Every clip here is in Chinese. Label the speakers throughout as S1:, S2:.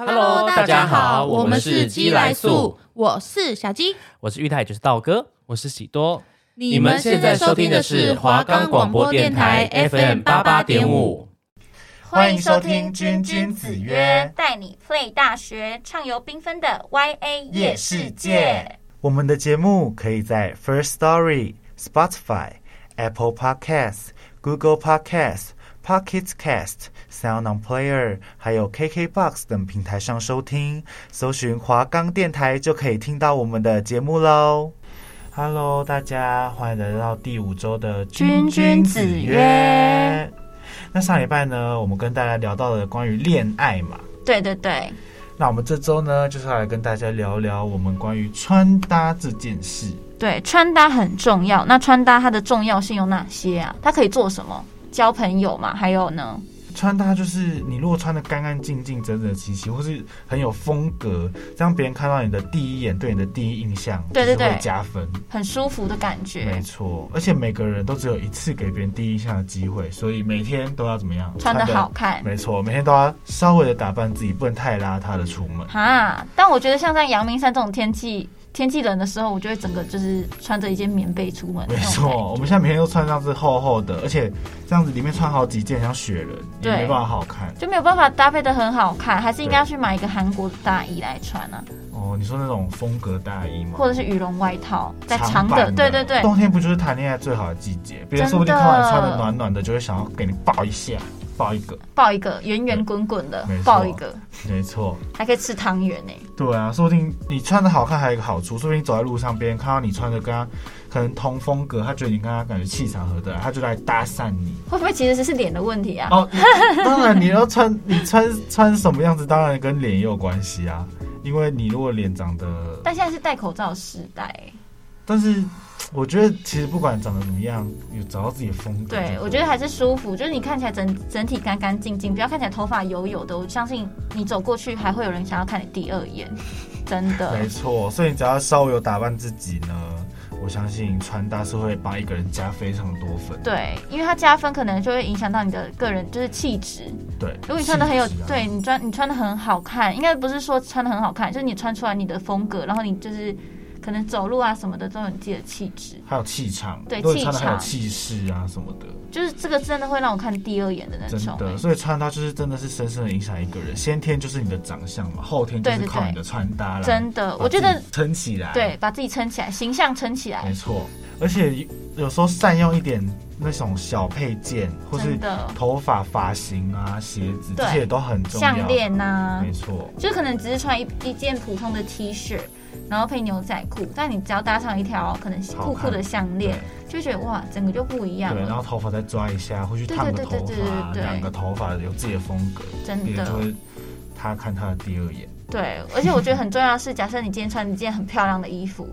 S1: Hello，大家好，我们是鸡来素，
S2: 我是小鸡。
S1: 我是玉泰，就是道哥，我是喜多。
S2: 你
S1: 们现在收听的是华冈广播电台 FM 八八点五。
S3: 欢迎收听君君子约
S4: 带你 play 大学，畅游缤纷的 YA
S3: 夜世界。我们的节目可以在 First Story、Spotify、Apple Podcasts、Google Podcasts、Pocket Cast、Sound On Player，还有 KKBox 等平台上收听，搜寻华冈电台就可以听到我们的节目喽。Hello，大家欢迎来到第五周的
S4: 君君子约。
S3: 那上礼拜呢，我们跟大家聊到了关于恋爱嘛，
S4: 对对对，
S3: 那我们这周呢，就是要来跟大家聊聊我们关于穿搭这件事。
S4: 对，穿搭很重要。那穿搭它的重要性有哪些啊？它可以做什么？交朋友嘛？还有呢？
S3: 穿搭就是你如果穿的干干净净、整整齐齐，或是很有风格，这样别人看到你的第一眼对你的第一印象，
S4: 对对对
S3: 就是会加分。
S4: 很舒服的感觉
S3: 没，错，而且每个人都只有一次给别人第一印象的机会，所以每天都要怎么样？
S4: 穿的好。看
S3: 没错，每天都要稍微的打扮自己，不能太邋遢的出 门。
S4: 哈。但我觉得像在阳明山这种天气，天气冷的时候，我就会整个就是穿着一件棉被出门。
S3: 没错，，我们现在每天都穿上是厚厚的，而且这样子里面穿好几件，像雪人，也
S4: 对
S3: 没办法好看。
S4: 就没有办法搭配的很好看，还是应该要去买一个韩国的大衣来穿啊，
S3: 哦，你说那种风格大衣吗？
S4: 或者是羽绒外套，在
S3: 哦长
S4: 长
S3: 版
S4: 的，对对对，
S3: 冬天不就是谈恋爱最好的季节？别人说不定
S4: 真
S3: 看
S4: 的
S3: 到你穿的暖暖的，就会想要给你抱一下，抱一个。
S4: 抱一个圆圆滚滚的
S3: 没错，
S4: 抱一个，
S3: 没错，
S4: 还可以吃汤圆呢、
S3: 对啊，说不定你穿的好看还有一个好处，说不定走在路上，别人看到你穿的跟他可能同风格，他觉得你跟他感觉气场合得来，他就来搭讪你。
S4: 会不会其实是脸的问题啊？
S3: 哦， 当然你要穿你穿穿什么样子，当然跟脸也有关系啊。因为你如果脸长得，
S4: 但现在是戴口罩时代，
S3: 但是我觉得其实不管长得怎么样，有找到自己的风格就可以了。
S4: 对我觉得还是舒服，就是你看起来整整体干干净净，不要看起来头发油油的。我相信你走过去还会有人想要看你第二眼，真的
S3: 没。错，所以你只要稍微有打扮自己呢，我相信穿搭是会帮一个人加非常多分。
S4: 对，因为它加分可能就会影响到你的个人，就是气质。
S3: 对，
S4: 如果你穿的很有
S3: 气质，啊
S4: 对你穿你穿的很好看，应该不是说穿的很好看，就是你穿出来你的风格，然后你就是可能走路啊什么的都有你自己的气质。
S3: 还有气场，
S4: 对
S3: 如果你穿的
S4: 气
S3: 很
S4: 场
S3: 有气势啊什么的，
S4: 就是这个真的会让我看第二眼的那
S3: 真
S4: 种、
S3: 的，
S4: 欸
S3: 所以穿搭就是真的是深深的影响一个人，先天就是你的长相嘛，后天就
S4: 对
S3: 是
S4: 对
S3: 靠
S4: 对
S3: 你的穿搭啦。
S4: 真的，我觉得
S3: 撑起来，
S4: 对，，把自己撑起来，形象撑起来
S3: 没，错，而且有时候善用一点那种小配件，或是
S4: 真的
S3: 头发、发型啊、鞋子，
S4: 对
S3: 这些也都很重要。
S4: 项链啊呐
S3: 没，错，
S4: 就可能只是穿一一件普通的 T 恤，然后配牛仔裤，但你只要搭上一条可能
S3: 好
S4: 酷酷
S3: 看
S4: 的项
S3: 对
S4: 链，。就会觉得哇，整个就不一样
S3: 对，然
S4: 了，
S3: 后头发再抓一下，会去
S4: 对
S3: 烫个
S4: 对
S3: 头
S4: 对对对
S3: 发，
S4: 对对
S3: 染个头发，有自己的风格，
S4: 真
S3: 别人就
S4: 的。
S3: 会他看他的第二眼。
S4: 对，而且我觉得很重要的是，假设你今天穿一件很漂亮的衣服，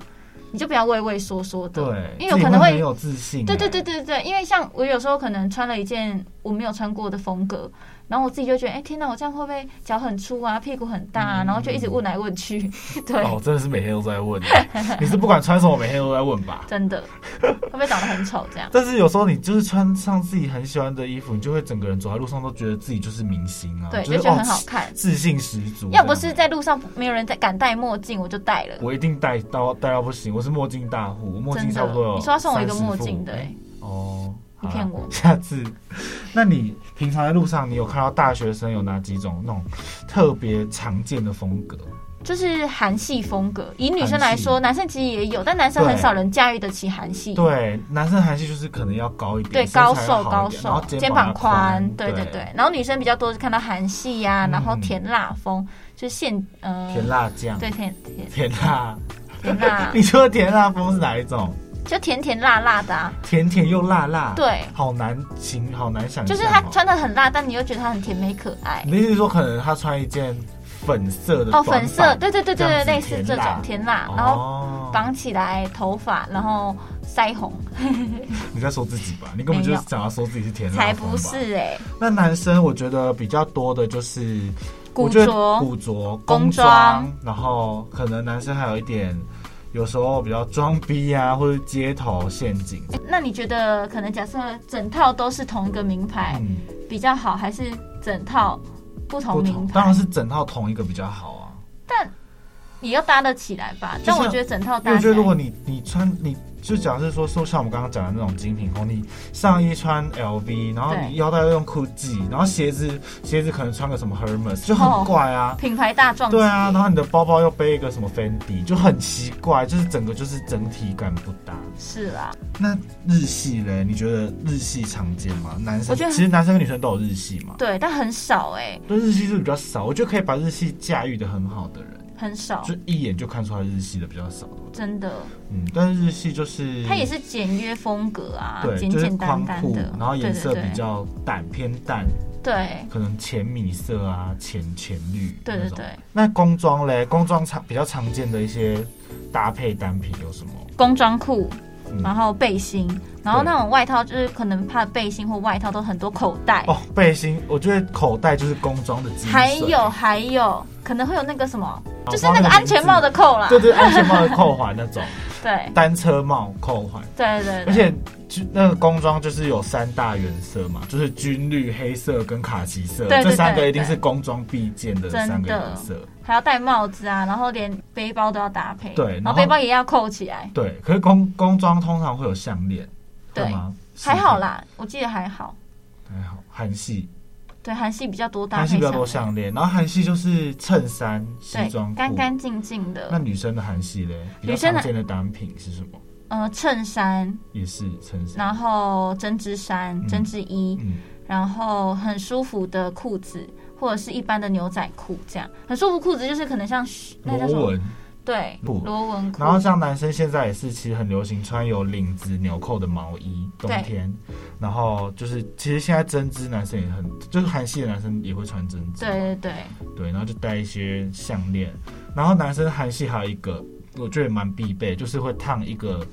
S4: 你就不要畏畏缩缩的，
S3: 对，
S4: 因为有
S3: 自己
S4: 可能
S3: 会
S4: 会
S3: 很有自信。啊
S4: 对对对，对对，因为像我有时候可能穿了一件我没有穿过的风格，然后我自己就觉得，哎、天哪，我这样会不会脚很粗啊，屁股很大啊？然后就一直问来问去， 对，
S3: 嗯哦，真的是每天都在问，啊 你是不管穿什么，每天都在问吧？
S4: 真的会不会长得很丑 这样？
S3: 但是有时候你就是穿上自己很喜欢的衣服，你就会整个人走在路上都觉得自己就是明星啊，
S4: 对，
S3: 就
S4: 就是觉得
S3: 哦
S4: 很好看。
S3: 自信十足。
S4: 要不是
S3: 这样
S4: 在路上没有人在敢戴墨镜，我就戴了。
S3: 我一定戴到戴到不行，我是墨镜大户，我墨
S4: 真
S3: 镜
S4: 的
S3: 差不多有，
S4: 你说要送我一个墨镜的、哎
S3: 哦，
S4: 你骗我
S3: 好啦下次， 那你平常在路上，你有看到大学生有哪几种那种特别常见的风格？
S4: 就是韩系风格。以女生
S3: 韩
S4: 来
S3: 系
S4: 说，男生其实也有，但男生很
S3: 对
S4: 少人驾驭得起韩系。
S3: 对，男生韩系就是可能要高一点，
S4: 对，
S3: 身材
S4: 高
S3: 要
S4: 瘦
S3: 好
S4: 高
S3: 一点然
S4: 瘦
S3: 后，
S4: 肩
S3: 膀要
S4: 膀
S3: 宽，
S4: 对
S3: 对
S4: 对对。。然后女生比较多是看到韩系呀、
S3: 嗯
S4: 然后甜辣风，就是现呃，
S3: 甜辣酱，
S4: 对甜甜
S3: 甜辣，
S4: 甜辣
S3: 你，说的甜辣风是哪一种？
S4: 就甜甜辣辣的、啊，
S3: 甜甜又辣辣，，
S4: 对，
S3: 好难形，好难想
S4: 就
S3: 象哦。
S4: 是她穿的很辣，但你又觉得她很甜美可爱。
S3: 你的意思是说，可能他穿一件粉色的
S4: 哦，
S3: 短
S4: 粉色，
S3: 版
S4: 对对对对对，
S3: 这
S4: 类
S3: 样子
S4: 似
S3: 甜
S4: 这
S3: 辣
S4: 种甜辣，然后
S3: 哦，
S4: 绑起来头发，然后腮红，
S3: 你在说自己吧？你根本就
S4: 没
S3: 是
S4: 有
S3: 想要说自己是甜辣，
S4: 才不。是哎、
S3: 那男生我觉得比较多的就是我
S4: 古
S3: 觉得
S4: 着
S3: 古着、
S4: 工
S3: 装
S4: 装，
S3: 然后可能男生还有一点，有时候比较装逼啊，或者街头陷阱。
S4: 欸那你觉得可能假设整套都是同一个名牌，
S3: 嗯，
S4: 比较好，还是整套不
S3: 不
S4: 同名
S3: 同，
S4: 牌，
S3: 当然是整套同一个比较好啊。
S4: 但你要搭得起来吧？但
S3: 就是
S4: 我觉得整套
S3: 因为
S4: 搭
S3: 我觉
S4: 起
S3: 得如果
S4: 来，
S3: 你你穿你就假设说说像我们刚刚讲的那种精品红，你上衣穿 LV，然后
S4: 对
S3: 你腰带又用 GUCCI，然后鞋子鞋子可能穿个什么 Hermes，就很
S4: 哦
S3: 怪啊。
S4: 品牌大撞击。
S3: 对啊，然后你的包包又背一个什么 Fendi，就很奇怪，就是整个就是整体感不搭。
S4: 是啦，
S3: 那日系嘞？你觉得日系常见吗？男生
S4: 我觉得
S3: 其实男生跟女生都有日系嘛，
S4: 对，但很少哎、
S3: 但日系是比较少。我觉得可以把日系驾驭的很好的人，
S4: 很少
S3: 就，一眼就看出来日系的比较少，对不对？
S4: 真的。
S3: 嗯，但是日系就是
S4: 它也是简约风格啊，
S3: 对，
S4: 简
S3: 就是
S4: 简单
S3: 宽
S4: 单
S3: 裤
S4: 的，，
S3: 然后颜色
S4: 对对
S3: 比
S4: 对
S3: 较淡，偏淡，
S4: 对
S3: 可能浅米色啊，浅浅绿
S4: 对
S3: 那
S4: 对
S3: 种。
S4: 对，
S3: 那工装嘞，工装常比较常见的一些搭配单品有什么？
S4: 工装裤，
S3: 嗯
S4: 然后背心，然后
S3: 对
S4: 那种外套就是可能怕背心或外套都很多口袋，
S3: 哦，背心，我觉得口袋就是工装的精髓。
S4: 还有还有可能会有那个什么，
S3: 好
S4: 就是那个安全帽的扣啦，
S3: 对对，安全帽的扣环那种，
S4: 对
S3: 单车帽扣环，
S4: 对对
S3: 而
S4: 对，
S3: 且就那个工装就是有三大原色嘛，就是军绿、黑色跟卡其色，
S4: 对对
S3: 这三个
S4: 对
S3: 一定是工装必见的
S4: 真的
S3: 三个颜色。
S4: 还要戴帽子啊，然后连背包都要搭配，
S3: 对
S4: 然
S3: 然
S4: 后
S3: 后
S4: 背包也要扣起来，
S3: 对，可是工工装通常会有项链，
S4: 对
S3: 会吗？
S4: 还好，啦，我记得还好，
S3: 还好。韩系，
S4: 对韩系比较多搭
S3: 韩
S4: 配上
S3: 系比
S4: 来，
S3: 较多项链，然后韩系就是衬衫、西装
S4: 对，
S3: 裤。
S4: 干干净净的，
S3: 那女生的韩系嘞，比较
S4: 女生的
S3: 常见的单品是什么？
S4: 呃，衬衫，
S3: 也是衬衫。
S4: 然后针织衫
S3: 嗯、
S4: 针织衣，
S3: 嗯，
S4: 然后很舒服的裤子，或者是一般的牛仔裤，这样很舒服。裤子就是可能像那叫什
S3: 螺
S4: 么？
S3: 纹。
S4: 对，
S3: 不
S4: 螺纹裤
S3: 然。后像男生现在也是，其实很流行穿有领子纽扣的毛衣，冬
S4: 对
S3: 天。然后就是，其实现在针织男生也很，就是韩系的男生也会穿针织嘛。
S4: 对对对，
S3: 对，然后就戴一些项链。然后男生韩系还有一个，我觉得也蛮必备，就是会烫一个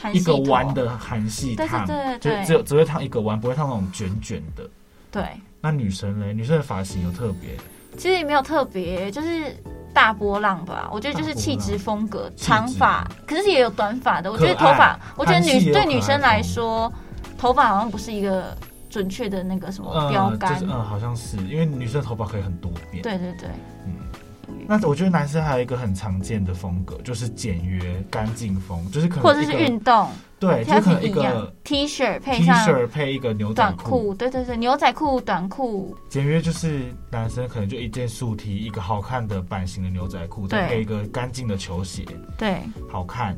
S4: 韩
S3: 一
S4: 系
S3: 个
S4: 头
S3: 弯，的韩系烫，
S4: 对对对
S3: 就
S4: 对
S3: 只有只会烫一个弯，不会烫那种卷卷的。
S4: 对，
S3: 那女生嘞，女生的发型有特别
S4: 其实也没有特别，就是大波浪吧。我觉得就是气质风格，
S3: 气质
S4: 长发，可是也有短发的。我觉得
S3: 可
S4: 头
S3: 爱
S4: 发，我觉得
S3: 韩系也
S4: 女
S3: 有
S4: 对
S3: 可爱
S4: 女生来
S3: 风
S4: 说，头发好像不是一个准确的那个什么
S3: 呃，
S4: 哦标
S3: 就
S4: 杆
S3: 是。嗯、好像是因为女生头发可以很多变。
S4: 对对对，
S3: 那我觉得男生还有一个很常见的风格，就是简约干净风，就是可能
S4: 或者是
S3: 一个
S4: 运动，啊
S3: 对，就
S4: 它
S3: 可能
S4: 是
S3: 一
S4: 一样
S3: 个
S4: T 恤配
S3: T
S4: 上
S3: 恤配一个牛仔
S4: 短
S3: 裤，
S4: 裤，对对对，牛仔裤、短裤，
S3: 简约就是男生可能就一件素 T，一个好看的版型的牛仔裤，再
S4: 对
S3: 配一个干净的球鞋，
S4: 对
S3: 好看。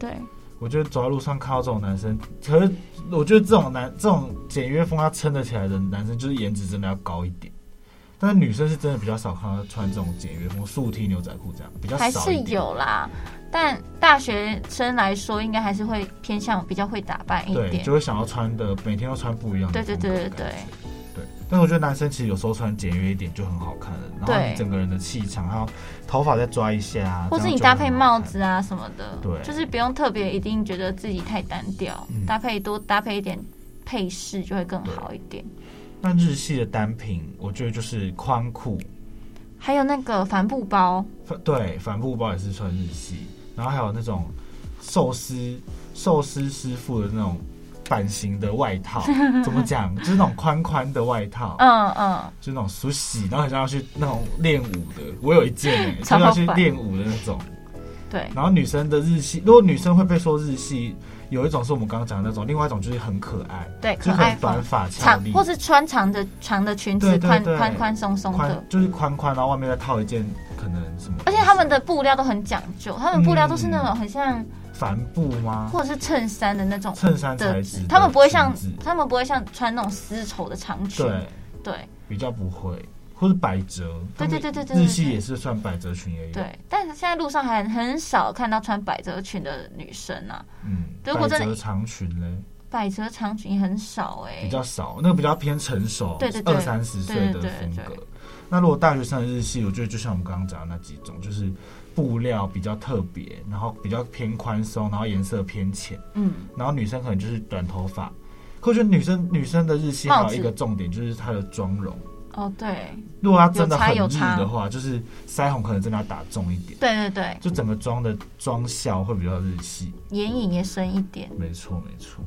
S4: 对，
S3: 我觉得走在路上看到这种男生，可是我觉得这种男这种简约风要撑得起来的男生，就是颜值真的要高一点。但是女生是真的比较少看到穿这种简约风素 T 牛仔裤这样，比较
S4: 还
S3: 少
S4: 是
S3: 一点。
S4: 有啦。但大学生来说，应该还是会偏向比较会打扮一
S3: 对，
S4: 点
S3: 就。会想要穿的每天都穿不一样的
S4: 对对
S3: 风格
S4: 对
S3: 的
S4: 对
S3: 感
S4: 对
S3: 觉对。但是我觉得男生其实有时候穿简约一点就很好看了，然后
S4: 对
S3: 你整个人的气场，然后头发再抓一下啊，
S4: 或是
S3: 这样
S4: 你
S3: 就
S4: 搭
S3: 很
S4: 配
S3: 好
S4: 帽
S3: 看。
S4: 子啊什么的，
S3: 对
S4: 就是不用特别一定觉得自己太单调，
S3: 嗯
S4: 搭配多搭配一点配饰就会更好一点。
S3: 那日系的单品，我觉得就是宽裤，
S4: 还有那个帆布包，
S3: 反对，帆布包也是穿日系，然后还有那种寿司寿司师傅的那种版型的外 套，怎么讲？就是那种宽宽的外套，
S4: 嗯嗯，
S3: 就是那种梳洗，然后很像要去那种练舞的。我有一件哎、就
S4: 超
S3: 是要去
S4: 烦
S3: 练舞的那种。
S4: 对
S3: 然后女生的日系，如果女生会被说日系，有一种是我们刚刚讲的那种，另外一种就是很可爱，
S4: 对，
S3: 就
S4: 可
S3: 是
S4: 爱
S3: 很
S4: 风
S3: 短，发俏
S4: 长
S3: 丽，
S4: 或是穿长的长的裙
S3: 对
S4: 子，
S3: 对
S4: 宽
S3: 对
S4: 宽宽松松的
S3: 宽，就是宽宽，然后外面再套一件可能什么东
S4: 而
S3: 西，
S4: 且他们的布料都很讲究，
S3: 嗯
S4: 他们布料都是那种很像
S3: 帆布吗？
S4: 或者是衬衫的那种
S3: 衬衫材
S4: 的
S3: 质的裙子，
S4: 他们不会像他们不会像穿那种丝绸的长裙，
S3: 对
S4: 对
S3: 比较不会，或是百褶，
S4: 对对对对对对
S3: 日系也是算百褶裙而已。，
S4: 对但是现在路上还很少看到穿百褶裙的女生啊，
S3: 嗯，
S4: 如果
S3: 百
S4: 真的
S3: 褶长裙嘞
S4: 百褶长裙也很少哎、
S3: 比较少，那个比较偏成熟，
S4: 对对对
S3: 二三十岁的
S4: 对对
S3: 风
S4: 对
S3: 格。那如果大学生的日系，我觉得就像我们刚刚讲的那几种，就是布料比较特别，然后比较偏宽松，然后颜色偏浅，
S4: 嗯，
S3: 然后女生可能就是短头发。可我觉得女生女生的日系还有一个重点就是她的妆容，
S4: 哦对
S3: 如果她真的很
S4: 有
S3: 日
S4: 差有差
S3: 的话，就是腮红可能真的要打重一点，
S4: 对对对，
S3: 就整个妆的妆效会比较日系。
S4: 眼影也深一点，
S3: 没错，没错。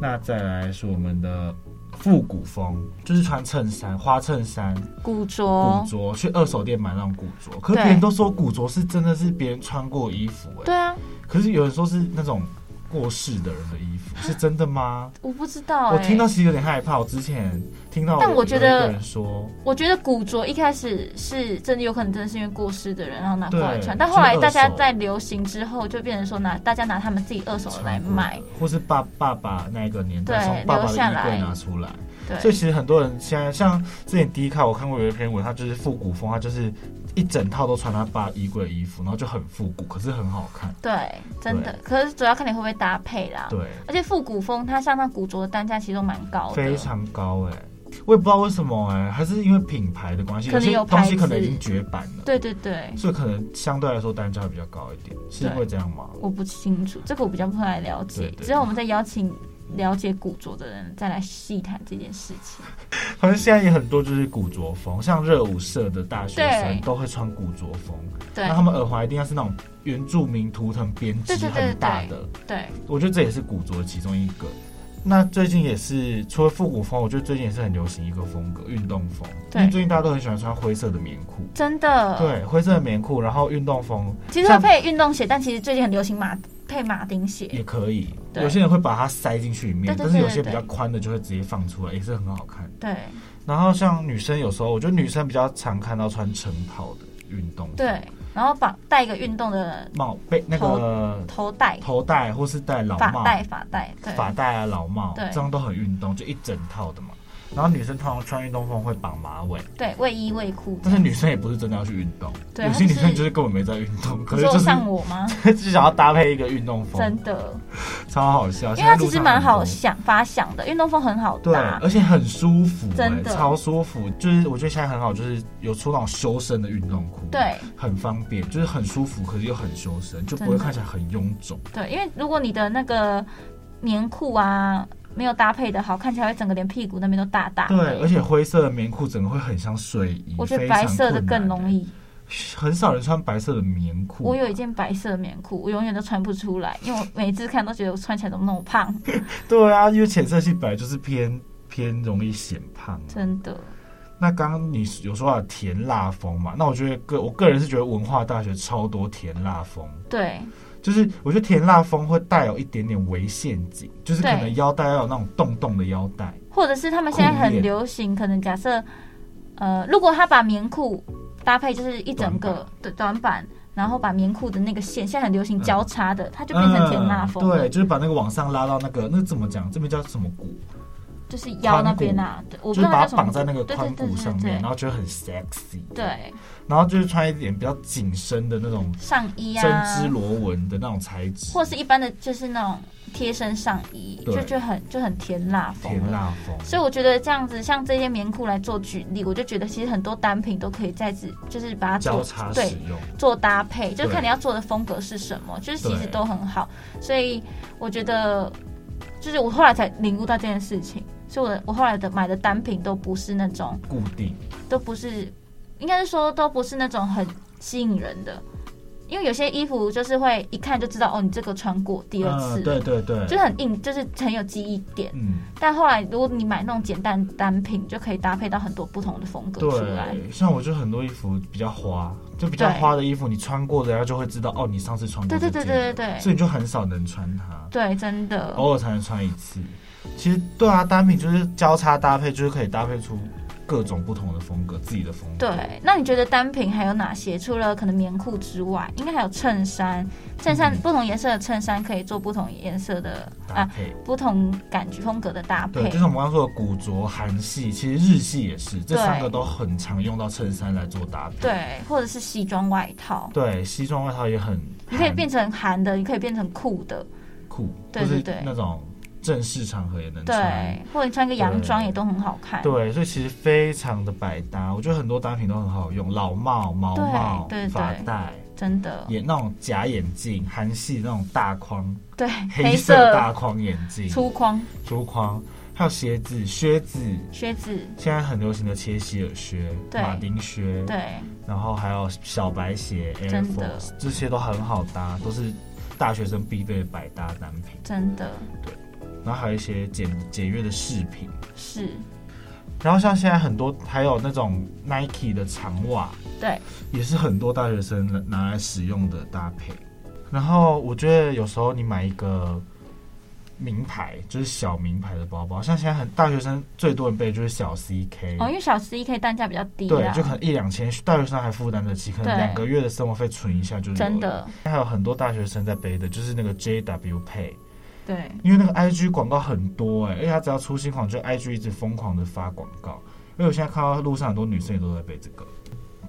S3: 那再来是我们的复古风，就是穿衬衫、花衬衫、
S4: 古
S3: 古
S4: 着，
S3: 着，去二手店买那种古着。可是
S4: 哦对
S3: 别人都说古着是真的是别人穿过的衣服、欸，
S4: 对啊，
S3: 可是有人说是那种过世的人的衣服，
S4: 啊
S3: 是真的吗？
S4: 我不知道、欸，
S3: 我听到其实有点害怕。我之前听到有，
S4: 但我觉得
S3: 有一个人说，
S4: 我觉得古着一开始是真的有可能真的是因为过世的人然后拿过来
S3: 对
S4: 穿，但后来
S3: 就是
S4: 大
S3: 二
S4: 家
S3: 手
S4: 在流行之后就变成说拿大家拿他们自己二手的来卖，，
S3: 或是爸爸爸那个年代
S4: 对
S3: 从爸爸的
S4: 留下
S3: 衣柜
S4: 来
S3: 拿出来。所以
S4: 对，
S3: 其实很多人现在像之前迪卡，我看过有一篇文，他就是复古风，他就是一整套都穿他爸衣柜的衣服，然后就很复古，可是很好看。
S4: 对，真的。可是主要看你会不会搭配啦。
S3: 对，
S4: 而且复古风它像那古着的单价其实都蛮高的，
S3: 非常高哎、我也不知道为什么哎、还是因为品牌的关系，
S4: 可能
S3: 些
S4: 有
S3: 东西
S4: 牌
S3: 可能已
S4: 子
S3: 经绝版了，
S4: 对对对，
S3: 所以可能相对来说单价会比较高一点，是
S4: 对
S3: 会这样吗？
S4: 我不清楚，这个我比较不太了解。
S3: 对对
S4: 之后我们再邀请了解古着的人再来细谈这件事情。
S3: 好像现在也很多就是古着风，像热舞社的大学生
S4: 对
S3: 都会穿古着风，
S4: 对
S3: 那他们耳环一定要是那种原住民图腾编
S4: 对
S3: 织
S4: 对对
S3: 很大的。
S4: 对，
S3: 我觉得这也是古着其中一个。那最近也是，除了复古风，我觉得最近也是很流行一个风格，运动风。
S4: 对呃
S3: 因为最近大家都很喜欢穿灰色的棉裤，
S4: 真的。，
S3: 对，灰色的棉裤，然后运动风
S4: 其实会
S3: 像
S4: 配运动鞋，但其实最近很流行马配马丁鞋。
S3: 也可以。
S4: 对
S3: 有些人会把它塞进去里面，
S4: 对对
S3: 但是有
S4: 对
S3: 些
S4: 对
S3: 比较宽的就会直接放出来，也是很好看。
S4: 对
S3: 然后像女生有时候，我觉得女生比较常看到穿长袍的运动服，
S4: 对，然后绑戴一个运动的
S3: 帽被那个
S4: 头带、
S3: 头带或是戴老
S4: 发
S3: 帽、
S4: 带、发带，对
S3: 发带啊、老帽，
S4: 对
S3: 这样都很运动，就一整套的嘛。然后女生通常穿运动风会绑马尾，
S4: 对，卫衣、卫裤。
S3: 但是女生也不是真的要去运动，
S4: 对
S3: 有些女生就是根本没在运动，可
S4: 你
S3: 是
S4: 说
S3: 就
S4: 我
S3: 是
S4: 像 我吗？
S3: 就想要搭配一个运动风，
S4: 真的，
S3: 超好笑。
S4: 因为它
S3: 现在
S4: 其
S3: 路
S4: 实
S3: 上
S4: 蛮
S3: 很多
S4: 好想发想的，运动风很好
S3: 对，
S4: 搭。
S3: 而且很舒服、欸，
S4: 真的
S3: 超舒服。就是我觉得现在很好，就是有出那种修身的运动裤，
S4: 对
S3: 很方便，就是很舒服，可是又很修身，就不会
S4: 真的
S3: 看起来很臃肿。
S4: 对，因为如果你的那个棉裤啊没有搭配的好，看起来会整个连屁股那边都大大的。
S3: 对，而且灰色的棉裤整个会很像睡衣，
S4: 啊我觉得
S3: 非常
S4: 白色的更容
S3: 困
S4: 易。
S3: 难。很少人穿白色的棉裤，
S4: 我有一件白色的棉裤，我永远都穿不出来，因为我每次看都觉得我穿起来怎么那么胖，
S3: 对啊，因为浅色系本来就是偏偏容易显胖、啊。
S4: 真的。
S3: 那刚刚你有说到甜辣风嘛？那我觉得个我个人是觉得文化大学超多甜辣风，
S4: 对
S3: 就是我觉得甜辣风会带有一点点微陷阱，就是可
S4: 对
S3: 能腰带要有那种洞洞的腰带，
S4: 或者是他们现在
S3: 裤链
S4: 很流行，可能假设，呃，如果他把棉裤搭配就是一整个的短版，然后把棉裤的那个线，现在很流行交叉的，它就变成甜辣风
S3: 嗯
S4: 了，
S3: 对，就是把那个往上拉到那个那怎么讲？这边叫什么骨？
S4: 就是腰那边啊，对我不
S3: 就是
S4: 知道
S3: 把
S4: 它叫
S3: 它
S4: 什么
S3: 绑
S4: 名字，
S3: 在那个
S4: 对
S3: 髋骨上面，
S4: 对对对对
S3: 然后觉得很 sexy。
S4: 对，对
S3: 然后就是穿一点比较紧身的那种
S4: 上衣
S3: 针
S4: 啊
S3: 织，螺纹的那种材质，
S4: 或是一般的就是那种贴身上衣，
S3: 对
S4: 就就很就很甜辣风
S3: 甜
S4: 了。
S3: 辣风。
S4: 所以我觉得这样子，像这些棉裤来做举例，我就觉得其实很多单品都可以在此，就是把它
S3: 交
S4: 做
S3: 叉使
S4: 对
S3: 用，
S4: 做搭配，就
S3: 对
S4: 看你要做的风格是什么，就是其实
S3: 对
S4: 都很好。所以我觉得，就是我后来才领悟到这件事情，所以我的我后来的买的单品都不是那种，
S3: 固定。
S4: 都不是，应该是说都不是那种很吸引人的，因为有些衣服就是会一看就知道，哦，你这个穿过第二次
S3: 嗯，，对对对，
S4: 就是很硬，就是很有记忆点。
S3: 嗯，
S4: 但后来，如果你买那种简单单品，就可以搭配到很多不同的风格出来。
S3: 对，像我就很多衣服比较花，就比较
S4: 对
S3: 花的衣服，你穿过的，然后就会知道哦，你上次穿过
S4: 对对对
S3: 这
S4: 对
S3: 件
S4: 对对
S3: 所以你就哦很少能穿它，
S4: 对，真的，
S3: 偶尔才能穿一次。其实对啊，单品就是交叉搭配，就是可以搭配出各种不同的风格，自己的风
S4: 对。
S3: 格。
S4: 啊那你觉得单品还有哪些？除了可能棉裤之外，应该还有衬衫。衬衫、
S3: 嗯
S4: 不同颜色的衬衫可以做不同颜色的
S3: 搭
S4: 啊，
S3: 配。
S4: 不同感觉风格的搭
S3: 对，
S4: 配
S3: 就。像我们刚刚说的古着、韩系，其实日系也是，这
S4: 对
S3: 三个都很常用到衬衫来做搭配。
S4: 对，或者是西装外套，
S3: 对，西装外套也很，
S4: 你可以变成韩的，你可以变成酷的，
S3: 酷，
S4: 对对对
S3: 或是那种正式场合也能穿。
S4: 对，或者你穿个洋装也都很好看。
S3: 对，所以其实非常的百搭，我觉得很多单品都很好用，老帽、毛帽
S4: 对、对
S3: 发
S4: 对
S3: 带、
S4: 真的，
S3: 眼那种假眼镜、韩系那种大框、
S4: 对，
S3: 黑色
S4: 色
S3: 大框眼镜、
S4: 粗框
S3: 粗框，还有鞋子、靴子，
S4: 靴子，
S3: 现在很流行的切希尔靴、
S4: 对
S3: 马丁靴，
S4: 对。
S3: 然后还有小白鞋、Air
S4: 真
S3: Force，
S4: 的
S3: 这些都很好搭，都是大学生必备的百搭单品。
S4: 真的。
S3: 然后还有一些简简约的饰品。
S4: 是，
S3: 然后像现在很多还有那种 Nike 的长袜，
S4: 对，
S3: 也是很多大学生拿来使用的搭配。然后我觉得有时候你买一个名牌，就是小名牌的包包，像现在很大学生最多人背就是小 CK，
S4: 哦，因为小 C K 单价比较低
S3: 嗯对
S4: 啦，，
S3: 就可能一两千，大学生还负担得起，可能
S4: 对
S3: 两个月的生活费存一下就有了
S4: 真。的
S3: 还有很多大学生在背的就是那个 JW Pay，
S4: 对，
S3: 因为那个 IG 广告很多哎、而且他只要出新款，就 IG 一直疯狂的发广告。因为我现在看到路上很多女生也都在背这个，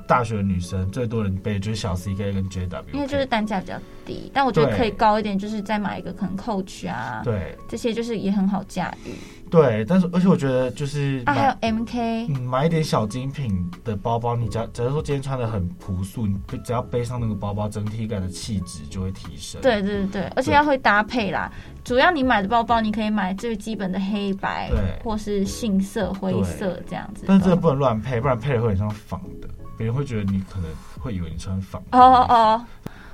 S3: 大学的女生最多人背就是小 CK 跟 JW，
S4: 因为就是单价比较低，但我觉得
S3: 对
S4: 可以高一点，就是再买一个可能 Coach 啊，
S3: 对
S4: 这些就是也很好驾驭
S3: 对，但是而且我觉得就是
S4: 啊。还有
S3: 买
S4: M K，
S3: 嗯买一点小精品的包包，你只要假如说今天穿的很朴素，你背只要背上那个包包，整体感的气质就会提升。
S4: 对对对，而且
S3: 对
S4: 要会搭配啦。主要你买的包包，你可以买最基本的黑白
S3: 对，
S4: 或是杏色、灰色这样子的。
S3: 但是真的不能乱配，不然配了会很像仿的，别人会觉得你可能会以为你穿仿的
S4: 哦哦嗯哦，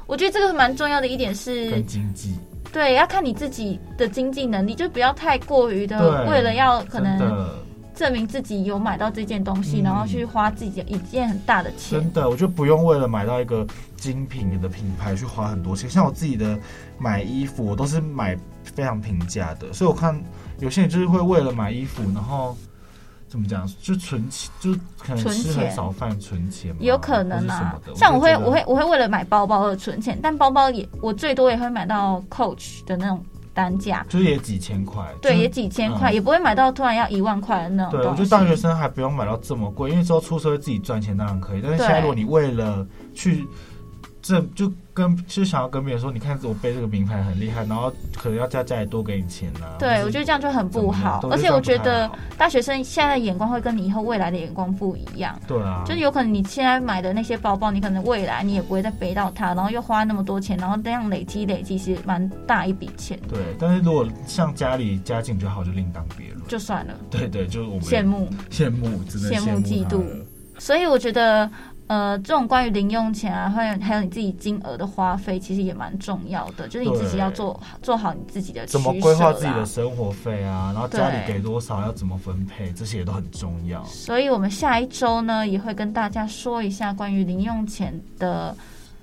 S4: 我觉得这个蛮重要的一点是
S3: 更，经济。
S4: 对，要看你自己的经济能力，就不要太过于的
S3: 对
S4: 为了要可
S3: 真
S4: 能
S3: 的
S4: 证明自己有买到这件东西，
S3: 嗯
S4: 然后去花自己的一件很大的钱。
S3: 真的，我就不用为了买到一个精品的品牌去花很多钱。像我自己的买衣服，我都是买非常平价的，所以我看有些人就是会为了买衣服，然后怎么讲，就存钱，就可能
S4: 存
S3: 吃
S4: 钱
S3: 很少饭存钱嘛，
S4: 也有可能
S3: 啊
S4: 啦，。像我会，我会
S3: 会，
S4: 我会为了买包包而存钱，但包包也，我最多也会买到 Coach 的那种单价，
S3: 就是也几千块，
S4: 对，
S3: 就是
S4: 也几千块，
S3: 嗯
S4: 也不会买到突然要一万块的那种
S3: 对，我
S4: 东
S3: 觉得
S4: 西。
S3: 大学生还不用买到这么贵，因为之后出社会自己赚钱当然可以。但是
S4: 对
S3: 现在如果你为了去这就跟就想要跟别人说，你看我背这个名牌很厉害，然后可能要叫家里多给你钱呐、啊。
S4: 对，我觉得这样就很
S3: 得
S4: 不好，而且我觉得大学生现在的眼光会跟你以后未来的眼光不一样。
S3: 对啊，
S4: 就是有可能你现在买的那些包包，你可能未来你也不会再背到它，然后又花那么多钱，然后这样累积累积，其实蛮大一笔钱，
S3: 对，但是如果像家里家境比较好，就另当别论。
S4: 就算了，
S3: 对对，就是我们
S4: 羡慕。
S3: 羡慕，真的
S4: 羡慕
S3: 慕
S4: 嫉
S3: 他
S4: 妒
S3: 了
S4: 所以我觉得，呃，这种关于零用钱啊，还有还有你自己金额的花费，其实也蛮重要的，就是你自己
S3: 对
S4: 要做做好你自己的
S3: 怎么
S4: 取舍
S3: 规划自己
S4: 啦
S3: 的生活费啊，然后家里
S4: 对
S3: 给多少，要怎么分配，这些也都很重要。
S4: 所以我们下一周呢，也会跟大家说一下关于零用钱的，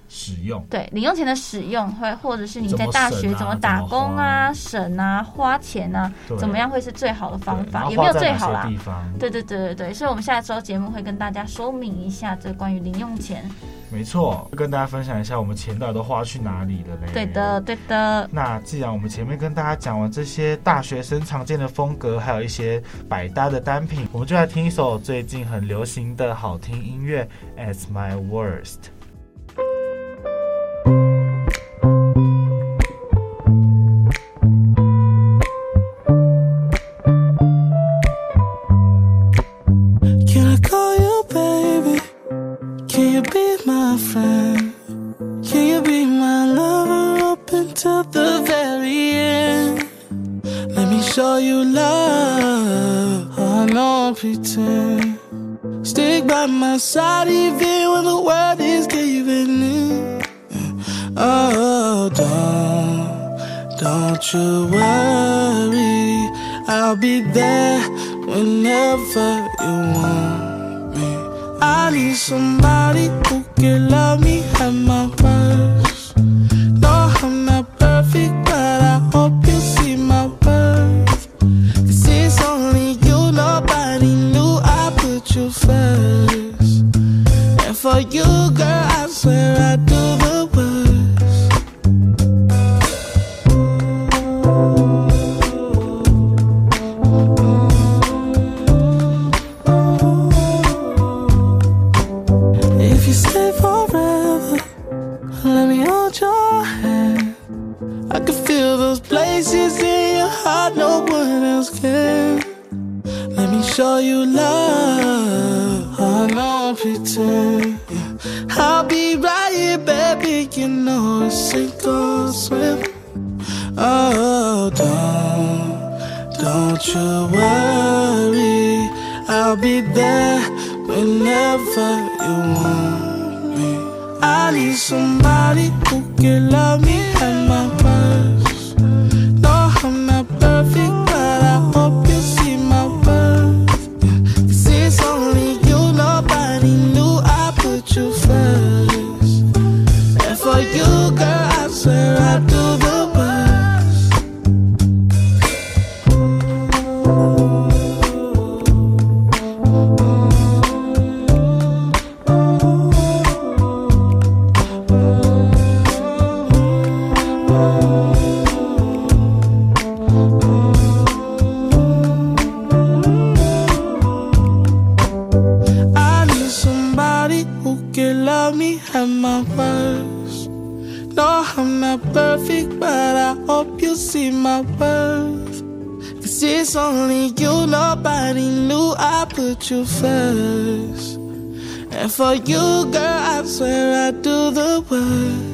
S3: 使用
S4: 对零用钱的使用，会或者是你在
S3: 怎么省啊
S4: 大学怎么打工啊、省啊、花钱啊，
S3: 对
S4: 怎么样会是最好的
S3: 对
S4: 方
S3: 然
S4: 法，
S3: 后
S4: 也没
S3: 花
S4: 有
S3: 在
S4: 最
S3: 哪
S4: 好
S3: 些
S4: 啦
S3: 地。方
S4: 对对对对对，所以我们下周节目会跟大家说明一下这关于零用钱。
S3: 没错，跟大家分享一下我们钱到底都花去哪里了嘞。
S4: 对的，。
S3: 嗯
S4: 对的，
S3: 那既然我们前面跟大家讲完这些大学生常见的风格，还有一些百搭的单品，我们就来听一首最近很流行的好听音乐《At My Worst》。
S2: Can I call you baby? Can you be my friend? Can you be my lover up until the very end? Let me show you love. I don't pretend. Stick by my side even when the world is giving in. Oh, don't, don't you worry. I'll be there whenever you want me. I need somebody who can love me at my worst. No, I'm not perfect, but I hope you see my worth. Cause it's only you, nobody knew I put you first. And for you, girl, I swear I do the worst. If you stay forever, let me hold your hand. I can feel those places in your heart no one else can. Let me show you love. I don't pretend. I'll be right here, baby. You know it's sink or swim. Oh, don't, don't you worry. I'll be there whenever you want me. I need somebody who can love me at my worst. No, I'm not perfect, about me and my worst. No, I'm not perfect, but I hope you see my worth. Cause it's only you, nobody knew I put you first. And for you, girl, I swear I do the worst.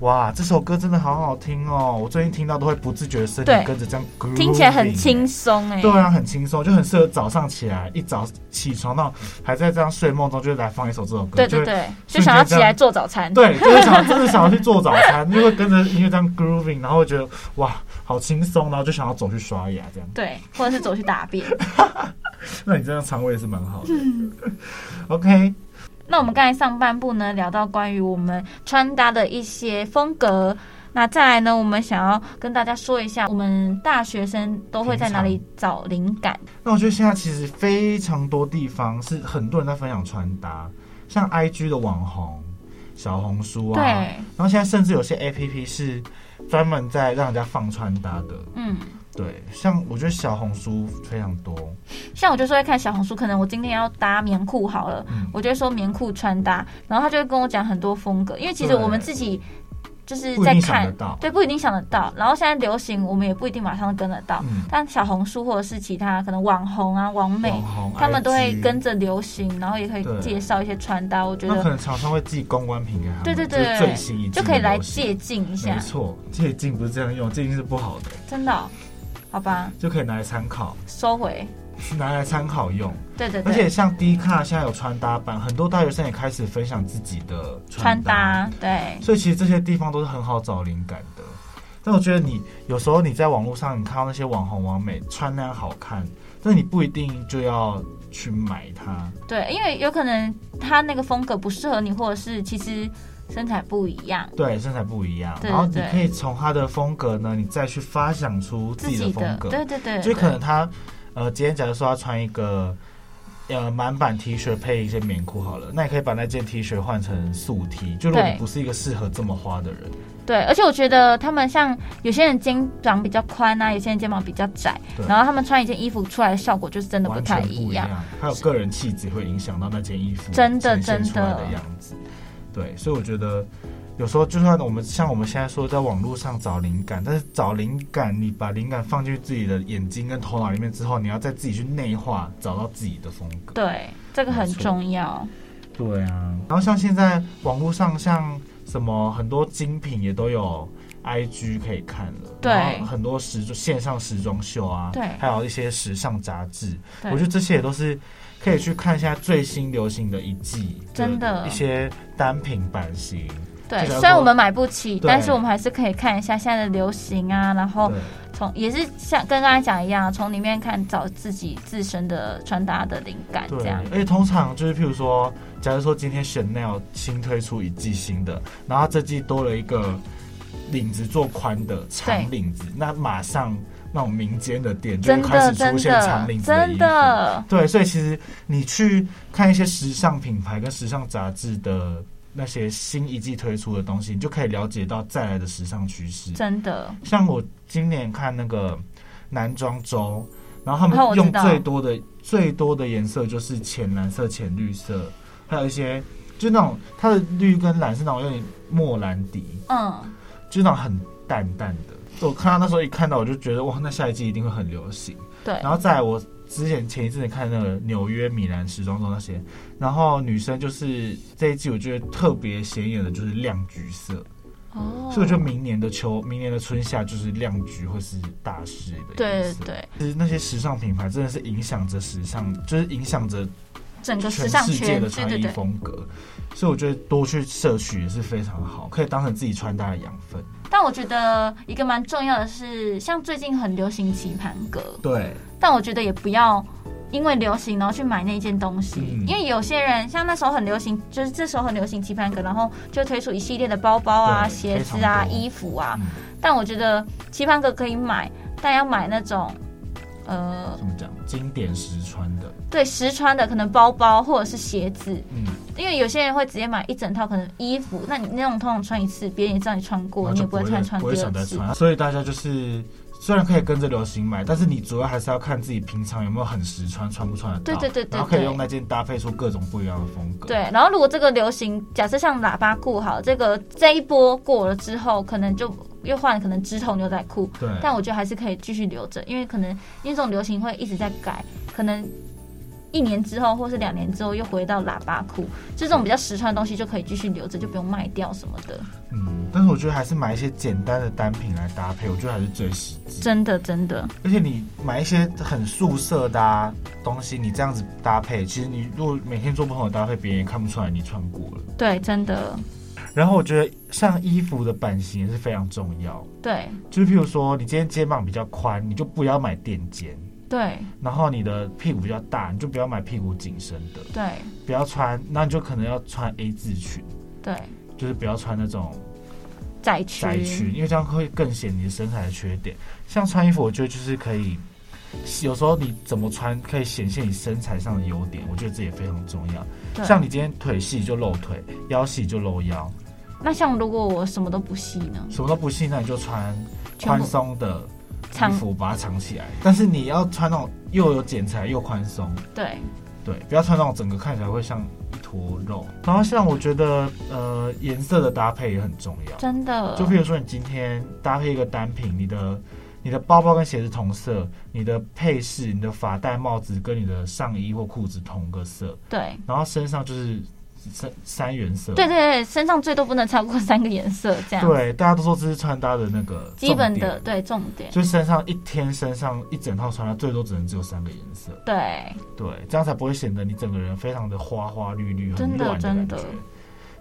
S3: 哇，这首歌真的好好听哦！我最近听到都会不自觉的身体
S4: 对
S3: 跟着这样 grooving，
S4: 听起来很轻松哎。
S3: 对啊，很轻松，就很适合早上起来，一早起床到还在这样睡梦中，就来放一首这首歌，
S4: 对对
S3: 就会
S4: 对，
S3: 瞬
S4: 就
S3: 间
S4: 想要起
S3: 这样
S4: 来做早餐。
S3: 对，就是想真的想要去做早餐，就会跟着音乐这样 grooving，然后觉得哇好轻松，然后就想要走去刷牙这样。
S4: 对，或者是走去大 便。
S3: 那你这样肠胃也是蛮好的。OK，
S4: 那我们刚才上半部呢，聊到关于我们穿搭的一些风格。那再来呢，我们想要跟大家说一下，我们大学生都会在哪里找灵感？
S3: 那我觉得现在其实非常多地方是很多人在分享穿搭，像 IG 的网红、小红书啊，
S4: 对
S3: 然后现在甚至有些 APP 是专门在让人家放穿搭的。
S4: 嗯，
S3: 对，像我觉得小红书非常多，
S4: 像我就是会看小红书，可能我今天要搭棉裤好了，
S3: 嗯
S4: 我就会说棉裤穿搭，然后他就会跟我讲很多风格，因为其实
S3: 对
S4: 我们自己就是
S3: 不一
S4: 在
S3: 定想得
S4: 看
S3: 到，
S4: 对，不一定想得到。然后现在流行，我们也不一定马上跟得到，
S3: 嗯
S4: 但小红书或者是其他可能网红啊、网美，
S3: 网红
S4: 他们都会
S3: IG
S4: 跟着流行，然后也可以
S3: 对
S4: 介绍一些穿搭，我觉
S3: 那可
S4: 得
S3: 能厂商会寄公关品给他们，
S4: 对对
S3: 就是
S4: 对，
S3: 最新一季
S4: 就可以
S3: 的
S4: 来
S3: 东西
S4: 借鉴一下
S3: 没，错，借镜不是这样用，借镜是不好的，
S4: 真的哦、好吧，
S3: 就可以拿来参考，
S4: 收回，
S3: 拿来参考用。
S4: 对对
S3: 而且
S4: 对，
S3: 像 D 卡现在有穿搭版，很多大学生也开始分享自己的
S4: 穿
S3: 穿搭，
S4: 搭，对，
S3: 所以其实这些地方都是很好找灵感的。但我觉得你有时候你在网络上，你看到那些网红、网美穿那样好看，但你不一定就要去买它。
S4: 对，因为有可能他那个风格不适合你，或者是其实身材不一样，
S3: 对，身材不一样，
S4: 对
S3: 然后你
S4: 对
S3: 可以从他的风格呢，你再去发想出自
S4: 自
S3: 己的
S4: 己
S3: 风
S4: 的，
S3: 格。
S4: 对对对，
S3: 就可能他呃，今天假如说他穿一个呃满版 T 恤配一件棉裤好了，那你可以把那件 T 恤换成素 T。就如果
S4: 对
S3: 你不是一个适合这么花的人，
S4: 对，而且我觉得他们像有些人肩膀比较宽啊，有些人肩膀比较窄
S3: 对，
S4: 然后他们穿一件衣服出来的效果就是真的不
S3: 完
S4: 太
S3: 全不
S4: 一
S3: 一
S4: 样。。
S3: 还有个人气质会影响到那件衣服
S4: 真的
S3: 呈现出来
S4: 真
S3: 的
S4: 的
S3: 样子。对，所以我觉得有时候就算我们像我们现在说在网络上找灵感，但是找灵感，你把灵感放进自己的眼睛跟头脑里面之后，你要再自己去内化，找到自己的风格。
S4: 对，这个很
S3: 没错
S4: 重要。
S3: 对啊，然后像现在网络上像什么很多精品也都有 IG 可以看了，
S4: 对
S3: 然后很多时装线上时装秀啊，
S4: 对
S3: 还有一些时尚杂志，
S4: 对
S3: 我觉得这些也都是可以去看一下最新流行的一季，
S4: 真的
S3: 一些单品版型，
S4: 对，
S3: 这个
S4: 虽然我们买不起，
S3: 对
S4: 但是我们还是可以看一下现在的流行啊，然后
S3: 对
S4: 从也是像跟刚才讲一样，从里面看找自己自身的穿搭的灵感，这
S3: 对
S4: 样，
S3: 而且通常就是譬如说，假如说今天 Chanel 新推出一季新的，然后它这季多了一个领子做宽的长领子，那马上那种民间的店就会
S4: 真
S3: 开
S4: 的
S3: 始
S4: 真
S3: 出现长
S4: 的
S3: 领子衣
S4: 真
S3: 服。
S4: 的，
S3: 对，所以其实你去看一些时尚品牌跟时尚杂志的那些新一季推出的东西，你就可以了解到再来的时尚趋势。
S4: 真的，
S3: 像我今年看那个男装周，然后他
S4: 哦我知
S3: 们用
S4: 道
S3: 最多的最多的颜色就是浅蓝色、浅绿色，还有一些就那种它的绿跟蓝是那种有点莫兰迪，
S4: 嗯，
S3: 就那种很淡淡的。我看到那时候一看到我就觉得哇，那下一季一定会很流行。
S4: 对
S3: 然后再来我之前前一阵子看那个纽约、米兰时装周那些，然后女生就是这一季我觉得特别显眼的就是亮橘色，
S4: 哦
S3: 所以我觉得明年的秋，明年的春夏就是亮橘会是大势的。
S4: 对对，对，
S3: 其实那些时尚品牌真的是影响着时尚，就是影响着
S4: 整个嗯时
S3: 全
S4: 尚
S3: 世界
S4: 圈，
S3: 的
S4: 对
S3: 穿
S4: 对
S3: 衣
S4: 对。
S3: 风格。所以我觉得多去摄取也是非常好，可以当成自己穿搭的养分。
S4: 但我觉得一个蛮重要的是，像最近很流行棋盘格，
S3: 对，
S4: 但我觉得也不要因为流行然后去买那件东西，
S3: 嗯
S4: 因为有些人像那时候很流行，就是这时候很流行棋盘格，然后就推出一系列的包包啊、
S3: 对
S4: 鞋子啊、
S3: 非常多
S4: 衣服啊。
S3: 嗯
S4: 但我觉得棋盘格可以买，但要买那种。呃，
S3: 怎么讲？经典实穿的，
S4: 对，实穿的可能包包或者是鞋子，
S3: 嗯，
S4: 因为有些人会直接买一整套，可能衣服，那你那种通常穿一次，别人也知道你穿
S3: 然
S4: 过，
S3: 后
S4: 你
S3: 就
S4: 也不会
S3: 会
S4: 再
S3: 再
S4: 穿
S3: 不
S4: 第
S3: 会
S4: 二
S3: 想再
S4: 次。
S3: 穿。所以大家就是虽然可以跟着流行买，但是你主要还是要看自己平常有没有很实穿，穿不穿得到。
S4: 对对对对
S3: 然后可以
S4: 对
S3: 用那件搭配出各种不一样的风格。
S4: 对，然后如果这个流行，假设像喇叭裤好，这个这一波过了之后，可能就又换可能直筒牛仔裤，
S3: 对，
S4: 但我觉得还是可以继续留着，因为可能因为这种流行会一直在改，可能一年之后或是两年之后又回到喇叭裤，就这种比较实穿的东西就可以继续留着，就不用卖掉什么的。
S3: 嗯，但是我觉得还是买一些简单的单品来搭配，我觉得还是最实际。
S4: 真的真的，
S3: 而且你买一些很素色的、啊、东西，你这样子搭配，其实你如果每天做不同的搭配，别人也看不出来你穿过了。
S4: 对，真的
S3: 然后我觉得像衣服的版型也是非常重要，
S4: 对
S3: 就是譬如说你今天肩膀比较宽，你就不要买垫肩；
S4: 对
S3: 然后你的屁股比较大，你就不要买屁股紧身的，
S4: 对
S3: 不要穿，那你就可能要穿 A 字裙，
S4: 对，
S3: 就是不要穿那种
S4: 窄裙，
S3: 窄裙，因为这样会更显你的身材的缺点。像穿衣服，我觉得就是可以，有时候你怎么穿可以显现你身材上的优点，我觉得这也非常重要。
S4: 对
S3: 像你今天腿细就露腿，腰细就露腰，
S4: 那像如果我什么都不细呢？
S3: 什么都不细，那你就穿
S4: 全部
S3: 宽松的
S4: 长
S3: 衣服把它藏起来。但是你要穿那种又有剪裁又宽松，
S4: 对
S3: 对，不要穿那种整个看起来会像一坨肉。然后像我觉得，呃，颜色的搭配也很重要。
S4: 真的
S3: 就譬如说，你今天搭配一个单品，你的你的包包跟鞋子同色，你的配饰、你的发带、帽子跟你的上衣或裤子同个色，
S4: 对。
S3: 然后身上就是三三原色。
S4: 对对对，身上最多不能超过三个颜色，这样
S3: 对大家都说这是穿搭的那个
S4: 基本
S3: 重
S4: 的
S3: 点，
S4: 对重点，
S3: 就身上一天身上一整套穿搭最多只能只有三个颜色，
S4: 对
S3: 对，这样才不会显得你整个人非常的花花绿绿，很
S4: 真的
S3: 乱
S4: 真
S3: 感
S4: 的
S3: 觉。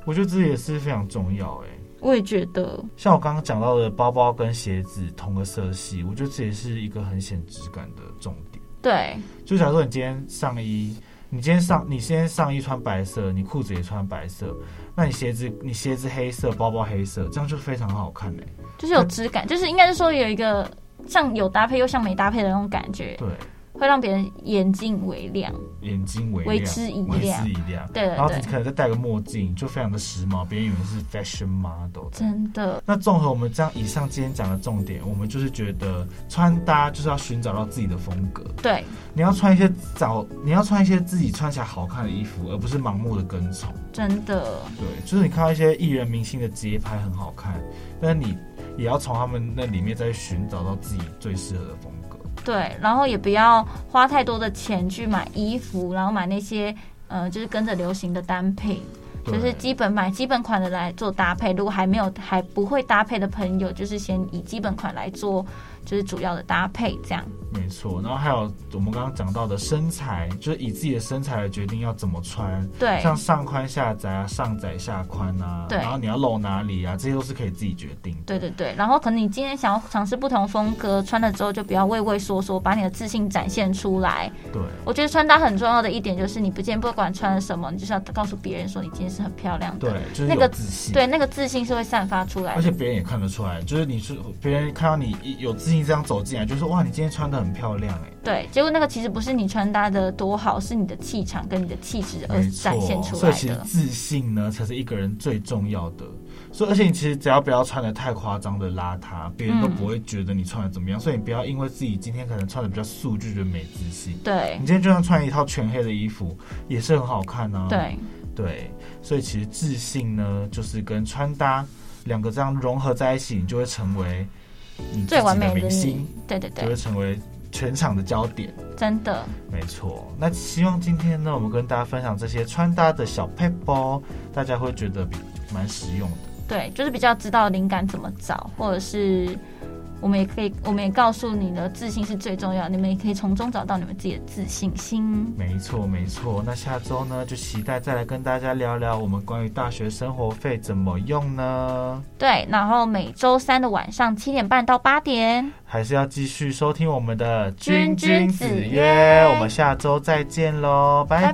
S3: 我觉得这也是非常重要哎、
S4: 我也觉得，
S3: 像我刚刚讲到的包包跟鞋子同个色系，我觉得这也是一个很显质感的重点。
S4: 对
S3: 就假如说你今天上衣，你今天上
S4: 嗯
S3: 你今天上衣穿白色，你裤子也穿白色，那你鞋子你鞋子黑色，包包黑色，这样就非常好看欸嘞、
S4: 就是有质感，就是应该是说有一个像有搭配又像没搭配的那种感觉，
S3: 对，
S4: 会让别人眼睛微亮。
S3: 眼睛为
S4: 为
S3: 亮，
S4: 之一
S3: 为
S4: 亮
S3: 之一亮。
S4: 对
S3: 然后
S4: 对
S3: 你可能再戴个墨镜，就非常的时髦，别人以为是 fashion model 这样。
S4: 真的，
S3: 那综合我们这样以上今天讲的重点，我们就是觉得穿搭就是要寻找到自己的风格。
S4: 对
S3: 你要穿一些找，你要穿一些自己穿起来好看的衣服，而不是盲目的跟从。
S4: 真的，
S3: 对，就是你看到一些艺人明星的街拍很好看，但你也要从他们那里面再寻找到自己最适合的风格。
S4: 对，然后也不要花太多的钱去买衣服，然后买那些呃，就是跟着流行的单品。
S3: 对
S4: 就是基本买基本款的来做搭配，如果还没有还不会搭配的朋友，就是先以基本款来做，就是主要的搭配这样。
S3: 没错，然后还有我们刚刚讲到的身材，就是以自己的身材来决定要怎么穿，
S4: 对
S3: 像上宽下窄啊，上窄下宽啊，
S4: 对
S3: 然后你要露哪里啊，这些都是可以自己决定的。
S4: 对对对，然后可能你今天想要尝试不同风格，穿了之后就不要畏畏缩缩，把你的自信展现出来。
S3: 对
S4: 我觉得穿搭很重要的一点就是，你不见不管穿了什么，你就是要告诉别人说你今天是很漂亮的。
S3: 对，就是
S4: 那个
S3: 有自信。
S4: 对，那个自信是会散发出来
S3: 而
S4: 的。
S3: 且别人也看得出来，就是你是别人看到你一有自信这样走进来，就说哇，你今天穿的很漂亮哎、
S4: 对，结果那个其实不是你穿搭的多好，是你的气场跟你的气质而
S3: 没错
S4: 呃展现出
S3: 所以
S4: 来
S3: 其实
S4: 的。
S3: 自信呢，才是一个人最重要的。所以而且你其实只要不要穿的太夸张的邋遢，别
S4: 嗯
S3: 人都不会觉得你穿的怎么样。所以你不要因为自己今天可能穿的比较素，就觉得没自信。
S4: 对
S3: 你今天就算穿一套全黑的衣服，也是很好看啊。
S4: 对
S3: 对，所以其实自信呢，就是跟穿搭两个这样融合在一起，你就会成为你自己
S4: 最完美
S3: 的
S4: 的
S3: 明星
S4: 你。，对对
S3: 就会
S4: 对，
S3: 成为全场的焦点。
S4: 真的，
S3: 没错，那希望今天呢，我们跟大家分享这些穿搭的小 p e 大家会觉得比蛮实用的。
S4: 对，就是比较知道灵感怎么找，或者是我们也可以，我们也告诉你的自信是最重要，你们也可以从中找到你们自己的自信心。
S3: 没错，没错。那下周呢，就期待再来跟大家聊聊我们关于大学生活费怎么用呢？
S4: 对，然后每周三的晚上七点半到八点，
S3: 还是要继续收听我们的
S4: 君君子约
S3: 我们下周再见喽，拜
S4: 拜拜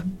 S3: 拜